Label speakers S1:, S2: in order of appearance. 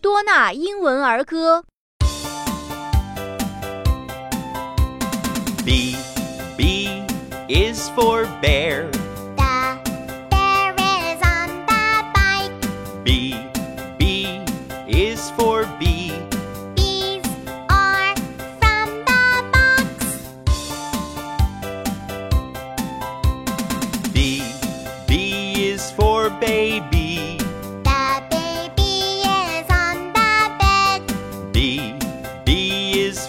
S1: 波纳英文儿歌
S2: B B is for bear.
S3: The bear is on the bike.
S2: B B is for bee.
S3: Bees are from the box.
S2: B B is for baby.
S3: The baby is on the bed.
S2: B B is